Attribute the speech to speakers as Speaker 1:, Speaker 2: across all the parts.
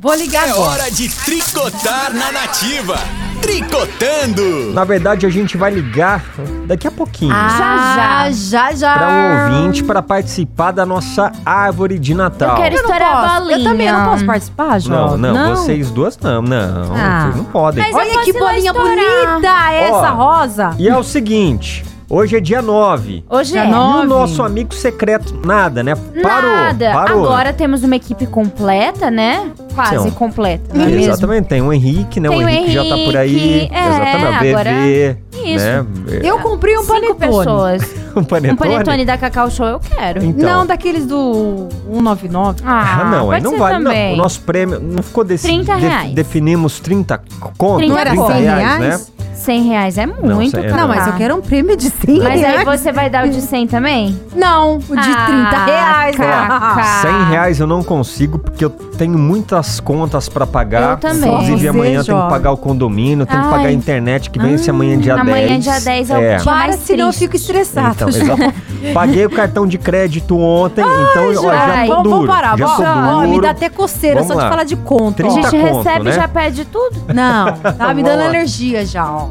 Speaker 1: Vou ligar
Speaker 2: É
Speaker 1: agora.
Speaker 2: hora de tricotar na nativa. Tricotando!
Speaker 3: Na verdade, a gente vai ligar daqui a pouquinho
Speaker 4: Ah,
Speaker 1: Já, já, já, já.
Speaker 3: para um ouvinte para participar da nossa árvore de Natal.
Speaker 4: Eu quero
Speaker 1: Eu não
Speaker 4: estourar a
Speaker 1: posso.
Speaker 4: bolinha.
Speaker 1: Eu também não posso participar,
Speaker 3: Não,
Speaker 1: João.
Speaker 3: não, vocês duas não, não.
Speaker 1: Ah.
Speaker 3: Vocês não podem.
Speaker 4: Mas- eu
Speaker 1: Olha
Speaker 4: posso
Speaker 1: que
Speaker 4: ir lá
Speaker 1: bolinha
Speaker 4: estourar.
Speaker 1: bonita essa
Speaker 3: Ó.
Speaker 1: rosa.
Speaker 3: E é o seguinte, hoje é dia 9.
Speaker 4: Hoje
Speaker 1: Já
Speaker 4: é.
Speaker 1: não-
Speaker 3: E
Speaker 1: Nove.
Speaker 3: o nosso amigo secreto, nada, né? Parou,
Speaker 4: Nada.
Speaker 3: parou.
Speaker 4: Agora temos uma equipe completa, né? Quase
Speaker 3: Então.
Speaker 4: completa, não é mesmo?
Speaker 3: Exatamente, tem o Henrique, né?
Speaker 4: Tem
Speaker 3: o
Speaker 4: o
Speaker 3: Henrique, já tá por aí.
Speaker 4: Henrique, é,
Speaker 3: Exatamente, o
Speaker 4: agora-
Speaker 3: BV,
Speaker 4: Isso.
Speaker 3: né?
Speaker 1: Eu comprei um
Speaker 4: Cinco
Speaker 1: panetone.
Speaker 4: pessoas.
Speaker 3: Um panetone.
Speaker 4: Um panetone da Cacau Show eu quero.
Speaker 3: Então.
Speaker 1: Não, daqueles do 199.
Speaker 4: Ah,
Speaker 3: Ah, não, aí
Speaker 4: pode
Speaker 3: não
Speaker 4: ser
Speaker 3: vale.
Speaker 4: também.
Speaker 3: Não, o nosso prêmio não ficou decidido.
Speaker 4: 30 reais.
Speaker 3: definimos 30 conto,
Speaker 4: 30
Speaker 3: 30,
Speaker 4: Não era
Speaker 1: cem
Speaker 3: reais,
Speaker 1: reais?
Speaker 3: né?
Speaker 4: 100 reais é muito,
Speaker 3: Não, cem- é,
Speaker 4: cara.
Speaker 1: Não, mas eu quero um prêmio de 100
Speaker 4: Mas aí
Speaker 1: reais.
Speaker 4: você vai dar o de 100 também?
Speaker 1: Não, o de 30
Speaker 4: Ah,
Speaker 1: reais. né?
Speaker 4: caraca. Ah.
Speaker 3: 100 reais eu não consigo, porque eu tenho muitas contas pra pagar.
Speaker 4: Eu também.
Speaker 3: Inclusive,
Speaker 1: Você,
Speaker 3: amanhã eu tenho que
Speaker 1: jovem.
Speaker 3: pagar o condomínio, tenho que
Speaker 4: Ai. Ah,
Speaker 3: pagar a internet, que vence amanhã dia 10.
Speaker 4: Amanhã, dia 10, é o
Speaker 3: é.
Speaker 4: dia
Speaker 1: Para,
Speaker 4: mais
Speaker 1: senão eu
Speaker 4: triste.
Speaker 1: fico estressado.
Speaker 3: Então, exato. Paguei o cartão de crédito ontem, então ó, já
Speaker 4: Ai,
Speaker 3: tô
Speaker 1: vamos,
Speaker 3: duro.
Speaker 1: vamos parar,
Speaker 3: já
Speaker 1: vamos
Speaker 3: tô
Speaker 1: parar. Ó,
Speaker 3: duro.
Speaker 1: me dá até coceira
Speaker 3: Vamos
Speaker 1: só
Speaker 3: lá.
Speaker 1: de falar de conta.
Speaker 4: A
Speaker 1: ó.
Speaker 3: Trinta
Speaker 4: gente
Speaker 3: 30 conto,
Speaker 4: recebe e
Speaker 3: né?
Speaker 4: já pede tudo.
Speaker 1: Não, tá me
Speaker 3: Vamos
Speaker 1: dando
Speaker 3: lá.
Speaker 1: energia já, ó.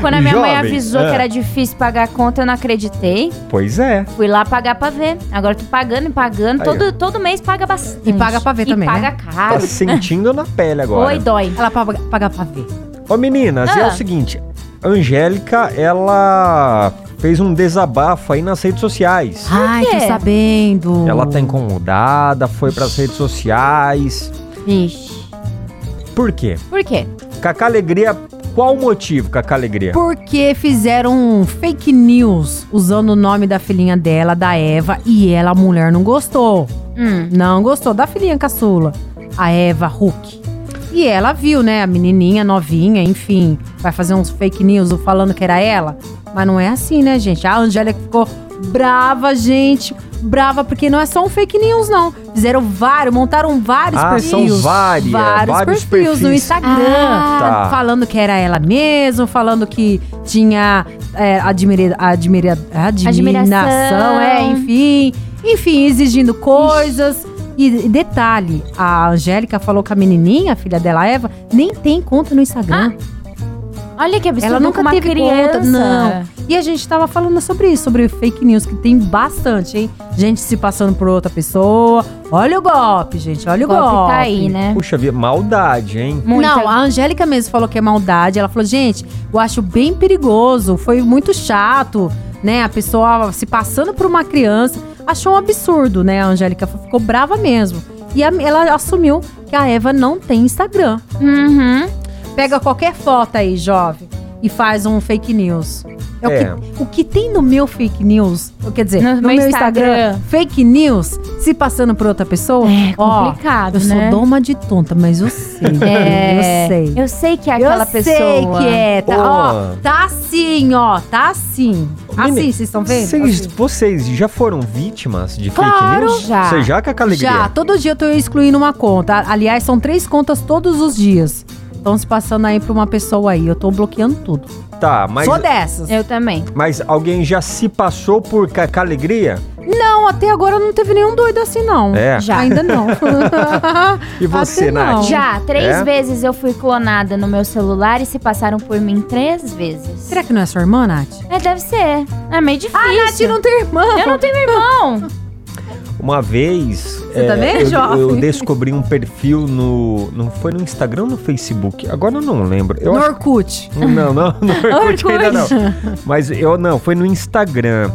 Speaker 4: Quando a minha mãe
Speaker 3: Jovem,
Speaker 4: avisou
Speaker 3: é.
Speaker 4: que era difícil pagar a conta, eu não acreditei.
Speaker 3: Pois é.
Speaker 4: Fui lá pagar pra ver. Agora tô pagando e pagando.
Speaker 3: Aí,
Speaker 4: todo, todo mês paga bastante.
Speaker 1: E paga pra ver
Speaker 4: E
Speaker 1: também, né?
Speaker 4: paga
Speaker 3: Tá
Speaker 4: caro.
Speaker 3: sentindo na pele agora.
Speaker 4: Oi, dói.
Speaker 1: Ela paga, paga pra ver.
Speaker 3: Ô meninas, e é
Speaker 4: Ah.
Speaker 3: o seguinte, a Angélica, ela fez um desabafo aí nas redes sociais.
Speaker 1: Ai,
Speaker 4: quê?
Speaker 1: tô sabendo.
Speaker 3: Ela tá incomodada, foi pras redes sociais.
Speaker 4: Vixe.
Speaker 3: Por quê?
Speaker 4: Por quê?
Speaker 3: Cacá Alegria, qual o motivo, Cacá Alegria?
Speaker 1: Porque fizeram um fake news usando o nome da filhinha dela, da Eva, e ela, a mulher, não gostou.
Speaker 4: Hum.
Speaker 1: Não gostou da filhinha caçula, a Eva Huck. E ela viu, né, a menininha novinha, enfim, vai fazer uns fake news falando que era ela. Mas não é assim, né, gente? A Angélica ficou brava, gente. Brava, porque não é só um fake news, não. Fizeram vários, montaram vários
Speaker 3: Ah,
Speaker 1: perfis.
Speaker 3: são várias,
Speaker 1: vários
Speaker 3: vários
Speaker 1: no
Speaker 3: perfis.
Speaker 1: Instagram.
Speaker 3: Tá.
Speaker 1: Ah, Falando que era ela mesmo, falando que tinha é, admira, admira, admiração,
Speaker 4: Admiração.
Speaker 1: é, enfim. Enfim, exigindo coisas. E, e detalhe, a Angélica falou que a menininha, a filha dela, a Eva, nem tem conta no Instagram.
Speaker 4: Ah, Olha que absurdo.
Speaker 1: Ela nunca
Speaker 4: uma
Speaker 1: teve
Speaker 4: criança.
Speaker 1: conta, não. E a gente tava falando sobre isso, sobre fake news, que tem bastante, hein? Gente se passando por outra pessoa. Olha o golpe, gente, olha
Speaker 4: O
Speaker 1: o golpe.
Speaker 4: golpe tá aí, né?
Speaker 3: Puxa vida, maldade, hein?
Speaker 4: Muita-
Speaker 1: Não, a Angélica mesmo falou que é maldade. Ela falou, gente, eu acho bem perigoso, foi muito chato, né? A pessoa se passando por uma criança. Achou um absurdo, né? A Angélica ficou brava mesmo. E a- ela assumiu que a Eva não tem Instagram.
Speaker 4: Uhum.
Speaker 1: Pega qualquer foto aí, jovem, e faz um fake news. É o,
Speaker 3: É.
Speaker 1: Que, o que tem no meu fake news, ou quer dizer,
Speaker 4: No
Speaker 1: no,
Speaker 4: meu
Speaker 1: meu Instagram,
Speaker 4: Instagram.
Speaker 1: fake news, se passando por outra pessoa,
Speaker 4: É
Speaker 1: ó,
Speaker 4: complicado,
Speaker 1: eu sou
Speaker 4: né?
Speaker 1: doma de tonta, mas eu sei.
Speaker 4: É,
Speaker 1: eu sei.
Speaker 4: Eu sei que é aquela pessoa.
Speaker 1: Eu sei que é. Tá,
Speaker 3: Ó.
Speaker 1: ó, tá assim, ó. Tá assim. Assim,
Speaker 3: Menina,
Speaker 1: vocês estão vendo?
Speaker 3: Vocês,
Speaker 1: Assim.
Speaker 3: vocês já foram vítimas de fake
Speaker 4: Claro,
Speaker 3: news?
Speaker 4: já.
Speaker 3: Você já, Cacá Alegria?
Speaker 1: Já, todo dia eu tô excluindo uma conta. A- Aliás, são três contas todos os dias. Estão se passando aí pra uma pessoa aí. Eu tô bloqueando tudo.
Speaker 3: Tá, mas,
Speaker 1: Sou dessas.
Speaker 4: Eu também.
Speaker 3: mas alguém já se passou por Cacá Alegria?
Speaker 1: Não, até agora não teve nenhum doido assim, não.
Speaker 3: É.
Speaker 1: Já. Ainda não.
Speaker 3: E você,
Speaker 1: Até não.
Speaker 3: Nath?
Speaker 4: Já, três
Speaker 3: É?
Speaker 4: vezes eu fui clonada no meu celular e se passaram por mim três vezes.
Speaker 1: Será que não é sua irmã, Nath?
Speaker 4: É, deve ser. É meio
Speaker 1: A Nath
Speaker 4: difícil.
Speaker 1: não tem irmã.
Speaker 4: Eu não tenho irmão.
Speaker 3: Uma vez. é,
Speaker 1: Você tá bem,
Speaker 3: eu,
Speaker 1: jovem?
Speaker 3: eu descobri um perfil no. Não foi no Instagram ou no Facebook? Agora eu não lembro. Eu
Speaker 1: No
Speaker 3: acho-
Speaker 1: Orkut.
Speaker 3: Não, não, no Orkut ainda não.
Speaker 1: Orkut.
Speaker 3: Mas eu não, foi no Instagram.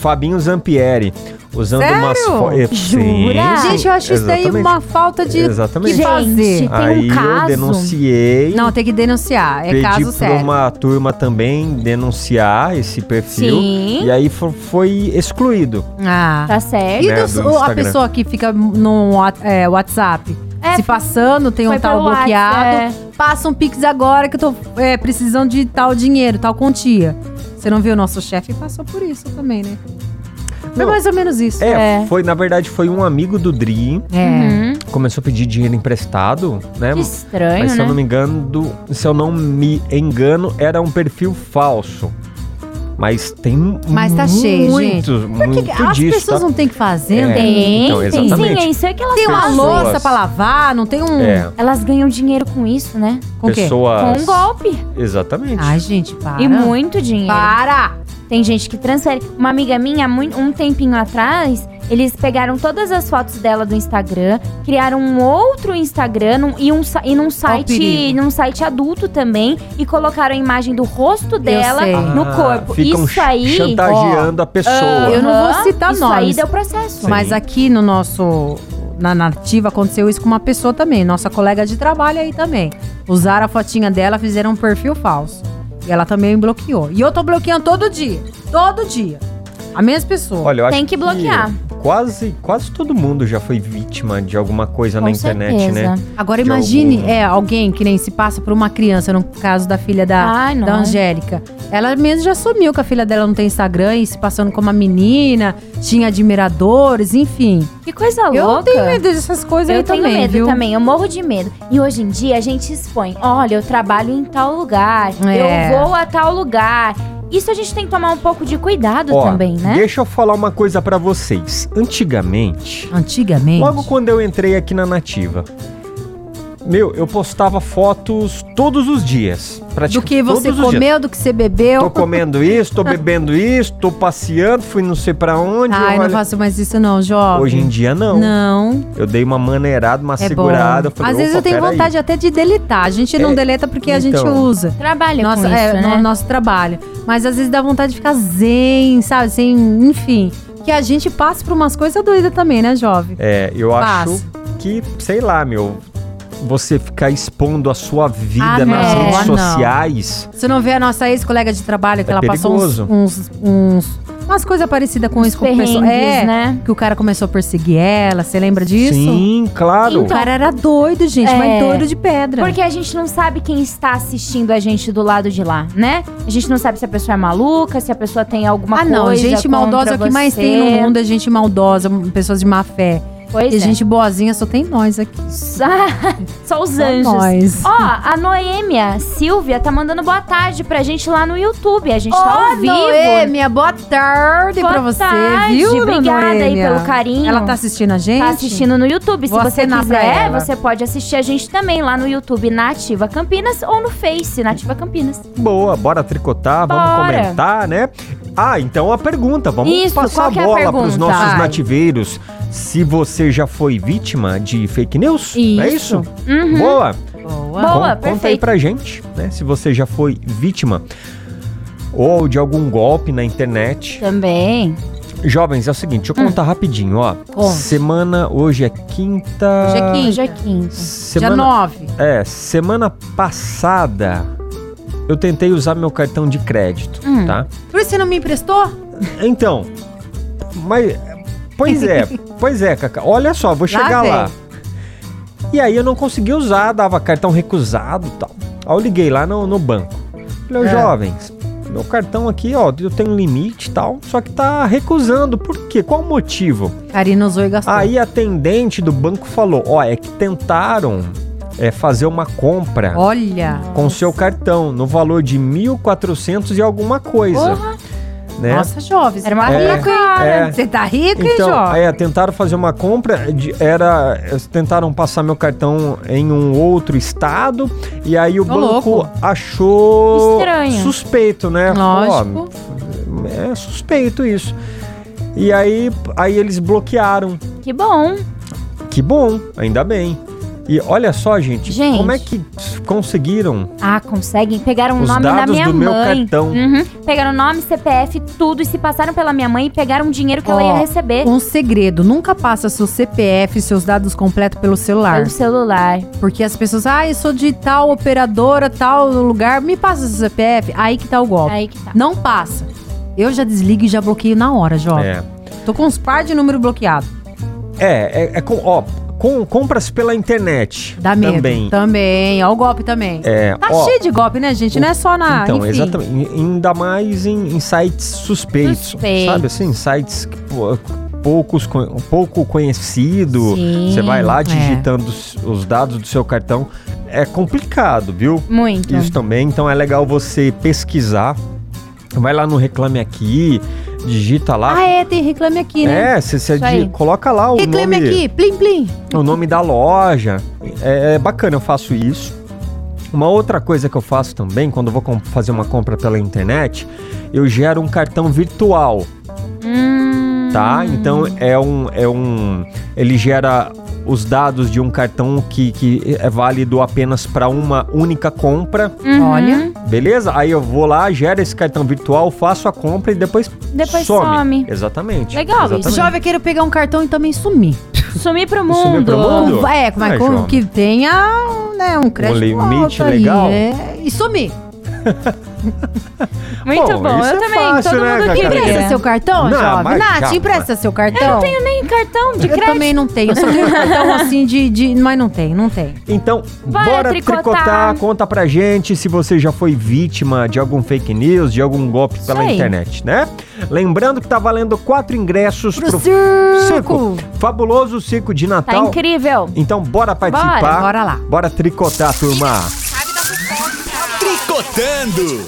Speaker 3: Fabinho Zampieri. Usando
Speaker 1: Sério?
Speaker 3: umas é, fotos.
Speaker 4: Jura?
Speaker 1: Gente, eu acho isso daí uma falta de
Speaker 3: Exatamente.
Speaker 1: que fazer.
Speaker 4: Gente, tem um
Speaker 3: Aí eu
Speaker 4: caso.
Speaker 3: denunciei.
Speaker 1: Não, tem que denunciar. É
Speaker 3: pedi
Speaker 1: caso
Speaker 3: pra
Speaker 1: sério.
Speaker 3: uma turma também denunciar esse perfil.
Speaker 4: Sim.
Speaker 3: E aí fo- foi excluído.
Speaker 1: Ah.
Speaker 4: Tá certo.
Speaker 1: E
Speaker 3: né,
Speaker 1: dos-
Speaker 3: do
Speaker 1: ou a
Speaker 3: Instagram.
Speaker 1: pessoa que fica no wa- é, WhatsApp
Speaker 4: É,
Speaker 1: se passando, tem um
Speaker 4: foi
Speaker 1: tal
Speaker 4: pelo Whats,
Speaker 1: bloqueado.
Speaker 4: é.
Speaker 1: Passa um Pix agora que eu tô é, precisando de tal dinheiro, tal quantia. Você não viu? Nosso chefe passou por isso também, né? Foi
Speaker 3: Não.
Speaker 1: mais ou menos isso.
Speaker 3: É, foi, na verdade, foi um amigo do Dri.
Speaker 1: É.
Speaker 4: Uhum.
Speaker 3: Começou a pedir dinheiro emprestado, né?
Speaker 4: Que estranho,
Speaker 3: Mas se eu
Speaker 4: né?
Speaker 3: não me engano, do- se eu não me engano, era um perfil falso. Mas tem
Speaker 1: Mas tá
Speaker 3: muito,
Speaker 1: cheio, gente.
Speaker 3: Muito
Speaker 1: Que- as
Speaker 3: disso,
Speaker 1: pessoas
Speaker 3: tá?
Speaker 1: não têm que fazer,
Speaker 3: É.
Speaker 1: né?
Speaker 4: Tem,
Speaker 3: então,
Speaker 4: tem. Sim,
Speaker 3: exatamente.
Speaker 4: é isso aí que elas
Speaker 1: Tem um uma
Speaker 4: fazem.
Speaker 3: pessoas-
Speaker 1: louça pra lavar, não tem um.
Speaker 3: É,
Speaker 4: Elas ganham dinheiro com isso, né?
Speaker 1: Com o quê?
Speaker 3: pessoas...
Speaker 4: Com um golpe.
Speaker 3: Exatamente.
Speaker 1: Ai, gente, para.
Speaker 4: E muito dinheiro.
Speaker 1: Para!
Speaker 4: Tem gente que transfere. Uma amiga minha, mui- um tempinho atrás, eles pegaram todas as fotos dela do Instagram, criaram um outro Instagram num- e, um, sa- e num site
Speaker 1: perigo.
Speaker 4: num site adulto também e colocaram a imagem do rosto dela
Speaker 1: sei.
Speaker 4: no
Speaker 3: Ah,
Speaker 4: corpo.
Speaker 3: Ficam
Speaker 4: Isso aí.
Speaker 3: chantageando a pessoa.
Speaker 4: ó,
Speaker 1: Eu não vou citar
Speaker 4: isso
Speaker 1: nomes.
Speaker 4: aí deu processo.
Speaker 3: Sim.
Speaker 1: Mas aqui no nosso. Na nativa aconteceu isso com uma pessoa também, nossa colega de trabalho aí também. Usaram a fotinha dela, fizeram um perfil falso. E ela também me bloqueou. E eu tô bloqueando todo dia. Todo dia. A mesma pessoa.
Speaker 3: Olha, eu acho
Speaker 4: Tem que bloquear.
Speaker 3: Quase, quase todo mundo já foi vítima de alguma coisa
Speaker 4: Com
Speaker 3: na internet,
Speaker 4: certeza.
Speaker 3: né?
Speaker 1: Agora
Speaker 3: de
Speaker 1: imagine
Speaker 3: algum-
Speaker 1: é, alguém que nem se passa por uma criança, no caso da filha da,
Speaker 4: Ai, não. é?
Speaker 1: da Angélica. Ela mesmo já assumiu que a filha dela não tem Instagram e se passando como uma menina, tinha admiradores, enfim.
Speaker 4: Que coisa Tá louca.
Speaker 1: Eu não tenho medo dessas coisas
Speaker 4: Eu
Speaker 1: aí
Speaker 4: tenho
Speaker 1: também,
Speaker 4: medo
Speaker 1: viu?
Speaker 4: também, eu morro de medo. E hoje em dia a gente expõe, olha, eu trabalho em tal lugar,
Speaker 1: É.
Speaker 4: eu vou a tal lugar. Isso a gente tem que tomar um pouco de cuidado
Speaker 3: Ó,
Speaker 4: também, né?
Speaker 3: deixa eu falar uma coisa pra vocês. Antigamente,
Speaker 1: Antigamente.
Speaker 3: logo quando eu entrei aqui na Nativa, meu, eu postava fotos todos os dias.
Speaker 1: do
Speaker 3: praticamente
Speaker 1: que você
Speaker 3: todos os dias.
Speaker 1: comeu, do que você bebeu.
Speaker 3: Tô comendo isso, tô bebendo isso, tô passeando, fui não sei pra onde.
Speaker 1: Ai,
Speaker 3: um olha-
Speaker 1: não faço mais isso não, jovem.
Speaker 3: Hoje em dia, não.
Speaker 1: Não,
Speaker 3: Eu dei uma maneirada, uma
Speaker 1: é
Speaker 3: segurada.
Speaker 1: bom.
Speaker 3: falei,
Speaker 1: Às vezes
Speaker 3: "Opa,
Speaker 1: eu tenho
Speaker 3: peraí."
Speaker 1: vontade até de deletar. A gente não
Speaker 3: É,
Speaker 1: deleta porque a gente
Speaker 3: então.
Speaker 1: usa.
Speaker 4: Trabalha
Speaker 1: Nossa,
Speaker 4: com isso,
Speaker 1: é,
Speaker 4: né?
Speaker 1: no nosso trabalho. Mas às vezes dá vontade de ficar zen, sabe? Sem, enfim. Que a gente passa por umas coisas doidas também, né, jovem?
Speaker 3: É, eu
Speaker 1: Passa.
Speaker 3: acho que, sei lá, meu, você ficar expondo a sua vida
Speaker 1: Ah,
Speaker 3: nas
Speaker 1: não.
Speaker 3: redes
Speaker 1: Ah, não.
Speaker 3: sociais.
Speaker 1: Você não vê a nossa ex-colega de trabalho que
Speaker 3: É
Speaker 1: ela passou uns,
Speaker 3: perigoso.
Speaker 1: uns, uns- umas coisas parecidas com isso que o pessoal.
Speaker 4: Perrengues,
Speaker 1: É,
Speaker 4: né?
Speaker 1: que o cara começou a perseguir ela. Você lembra disso?
Speaker 3: Sim, claro.
Speaker 1: O cara era doido, gente,
Speaker 4: É.
Speaker 1: mas doido de pedra.
Speaker 4: Porque a gente não sabe quem está assistindo a gente do lado de lá, né? A gente não sabe se a pessoa é maluca, se a pessoa tem alguma
Speaker 1: ah,
Speaker 4: coisa
Speaker 1: não, gente
Speaker 4: contra
Speaker 1: maldosa é o que mais
Speaker 4: você.
Speaker 1: tem no mundo, é gente maldosa, pessoas de má fé.
Speaker 4: Pois
Speaker 1: e
Speaker 4: é.
Speaker 1: gente boazinha só tem nós aqui.
Speaker 4: ah, Só os
Speaker 1: Só
Speaker 4: anjos.
Speaker 1: nós.
Speaker 4: Ó, a Noêmia Silvia tá mandando boa tarde pra gente lá no YouTube. A gente tá
Speaker 1: Ó,
Speaker 4: ao vivo.
Speaker 1: Noêmia, boa tarde
Speaker 4: Boa
Speaker 1: pra você,
Speaker 4: tarde,
Speaker 1: viu?
Speaker 4: Obrigada aí
Speaker 1: Noêmia?
Speaker 4: pelo carinho.
Speaker 1: Ela tá assistindo a gente?
Speaker 4: Tá assistindo no YouTube. Se
Speaker 1: Vou
Speaker 4: você
Speaker 1: acenar pra
Speaker 4: quiser,
Speaker 1: ela.
Speaker 4: você pode assistir a gente também lá no YouTube Nativa Campinas ou no Face Nativa Campinas.
Speaker 3: Boa, bora tricotar, vamos
Speaker 4: Bora.
Speaker 3: comentar, né? Ah, então a pergunta, vamos
Speaker 4: Isso,
Speaker 3: passar
Speaker 4: qual
Speaker 3: a
Speaker 4: que é a
Speaker 3: bola
Speaker 4: pergunta?
Speaker 3: pros nossos
Speaker 1: Vai.
Speaker 3: nativeiros. Se você já foi vítima de fake news, é
Speaker 1: Isso.
Speaker 3: isso?
Speaker 4: Uhum.
Speaker 3: Boa.
Speaker 1: Boa.
Speaker 3: Con- Conta
Speaker 4: Boa.
Speaker 3: aí
Speaker 4: perfeito.
Speaker 3: pra gente, né? Se você já foi vítima ou de algum golpe na internet.
Speaker 4: Também.
Speaker 3: Jovens, é o seguinte,
Speaker 4: Hum.
Speaker 3: deixa eu contar rapidinho, ó.
Speaker 1: Conte.
Speaker 3: Semana, hoje é quinta...
Speaker 1: Hoje é quinta.
Speaker 4: Hoje é quinta.
Speaker 1: Dia
Speaker 3: Semana,
Speaker 1: 9.
Speaker 3: é, semana passada, eu tentei usar meu cartão de crédito,
Speaker 4: Hum.
Speaker 3: tá?
Speaker 1: Por isso você não me emprestou?
Speaker 3: Então, mas... Pois é, pois é, Cacá. Olha só, vou chegar
Speaker 1: vem.
Speaker 3: lá. E aí eu não consegui usar, dava cartão recusado e tal. Aí eu liguei lá no, no banco. Falei,
Speaker 1: É.
Speaker 3: "Ô, jovens, meu cartão aqui, ó, eu tenho um limite e tal, só que tá recusando. Por quê? Qual o motivo?
Speaker 1: Karina usou e gastou.
Speaker 3: Aí a atendente do banco falou, ó, é que tentaram é, fazer uma compra
Speaker 1: Olha.
Speaker 3: com seu cartão no valor de 1.400 e alguma coisa,
Speaker 4: Porra,
Speaker 3: né?
Speaker 1: Nossa, jovem. Você
Speaker 4: Era uma
Speaker 1: tá
Speaker 3: É,
Speaker 1: rico, hein?
Speaker 3: é.
Speaker 1: Você tá rico, hein,
Speaker 3: Então,
Speaker 1: jovem?
Speaker 3: é, tentaram fazer uma compra, de- era, eles tentaram passar meu cartão em um outro estado e aí o banco
Speaker 1: louco.
Speaker 3: achou
Speaker 4: Estranho.
Speaker 3: suspeito, né?
Speaker 1: Lógico.
Speaker 3: Ó, é suspeito isso. E aí, aí eles bloquearam.
Speaker 4: que bom.
Speaker 3: Que bom, ainda bem. E olha só, gente,
Speaker 4: Gente.
Speaker 3: como é que conseguiram?
Speaker 4: Ah, conseguem? Pegaram o
Speaker 3: Os
Speaker 4: nome da
Speaker 3: dados
Speaker 4: minha
Speaker 3: do
Speaker 4: mãe.
Speaker 3: meu cartão.
Speaker 4: Uhum. Pegaram nome, CPF, tudo e se passaram pela minha mãe e pegaram o dinheiro que ela
Speaker 1: Ó,
Speaker 4: ia receber
Speaker 1: Um segredo, nunca passa seu CPF, seus dados completos pelo celular.
Speaker 3: É.
Speaker 4: pelo celular.
Speaker 1: Porque as pessoas, ah, eu sou de tal operadora, tal lugar, me passa seu CPF. Aí que tá o golpe.
Speaker 4: Aí que tá.
Speaker 1: Não passa. Eu já desligo e já bloqueio na hora, jovem.
Speaker 3: É,
Speaker 1: Tô com uns par de número bloqueado.
Speaker 3: é, é, é com, ó, com compras pela internet
Speaker 1: Dá medo.
Speaker 3: também.
Speaker 1: Também. Ó, o golpe também.
Speaker 3: É,
Speaker 1: Tá
Speaker 3: ó,
Speaker 1: cheio de golpe, né, gente? Não é só na.
Speaker 3: Então,
Speaker 1: enfim.
Speaker 3: exatamente. E- Ainda mais em, em sites suspeitos.
Speaker 4: Suspeito.
Speaker 3: Sabe assim? Sites que, pô, poucos, con- pouco conhecido.
Speaker 4: Sim.
Speaker 3: Você vai lá
Speaker 1: é.
Speaker 3: digitando os, os dados do seu cartão. É complicado, viu?
Speaker 4: Muito.
Speaker 3: Isso também. Então é legal você pesquisar. Vai lá no Reclame Aqui, digita lá.
Speaker 1: Ah, é, tem reclame aqui, né?
Speaker 3: É, você você
Speaker 4: Isso aí.
Speaker 3: di- coloca lá o
Speaker 1: reclame
Speaker 3: nome,
Speaker 1: aqui, plim plim.
Speaker 3: o nome da loja. É, é bacana, eu faço isso. Uma outra coisa que eu faço também, quando eu vou com- fazer uma compra pela internet, eu gero um cartão virtual,
Speaker 4: Hum,
Speaker 3: tá? Então é um, é um. Ele gera os dados de um cartão que, que é válido apenas para uma única compra,
Speaker 4: uhum.
Speaker 1: Olha.
Speaker 3: beleza? Aí eu vou lá, gero esse cartão virtual, faço a compra e depois,
Speaker 4: Depois some.
Speaker 3: Exatamente.
Speaker 4: Legal isso. é
Speaker 3: Exatamente.
Speaker 1: Jovem, quero pegar um cartão e também sumir.
Speaker 4: Sumir pro mundo.
Speaker 3: Sumir pro mundo?
Speaker 1: Então, É, mas
Speaker 3: É,
Speaker 1: como
Speaker 3: jovem.
Speaker 1: que tenha né, um crédito
Speaker 3: limite
Speaker 1: alto aí,
Speaker 3: legal.
Speaker 1: é, e sumir.
Speaker 4: Muito
Speaker 3: Bom,
Speaker 4: bom.
Speaker 3: isso
Speaker 4: Eu
Speaker 3: é
Speaker 4: também.
Speaker 3: fácil,
Speaker 4: Todo
Speaker 3: né,
Speaker 4: mundo
Speaker 3: Cacá?
Speaker 4: aqui
Speaker 3: Cara,
Speaker 1: Empresta
Speaker 3: é.
Speaker 1: seu cartão,
Speaker 3: Não,
Speaker 1: jovem?
Speaker 3: mas
Speaker 1: Nath,
Speaker 3: já,
Speaker 1: empresta seu cartão. Eu,
Speaker 4: Nem cartão de crédito.
Speaker 1: também não tenho, Então. eu só tenho cartão assim de, de... Mas não tem, não tem.
Speaker 3: Então,
Speaker 4: Bora
Speaker 3: bora tricotar.
Speaker 4: tricotar.
Speaker 3: Conta pra gente se você já foi vítima de algum fake news, de algum golpe pela
Speaker 4: aí.
Speaker 3: internet, né? Lembrando que tá valendo quatro ingressos
Speaker 1: Pro circo.
Speaker 3: Fabuloso circo de
Speaker 4: Tá
Speaker 3: Natal.
Speaker 4: incrível.
Speaker 3: então, bora participar.
Speaker 1: bora lá.
Speaker 3: Bora tricotar, turma.
Speaker 2: Tricotando.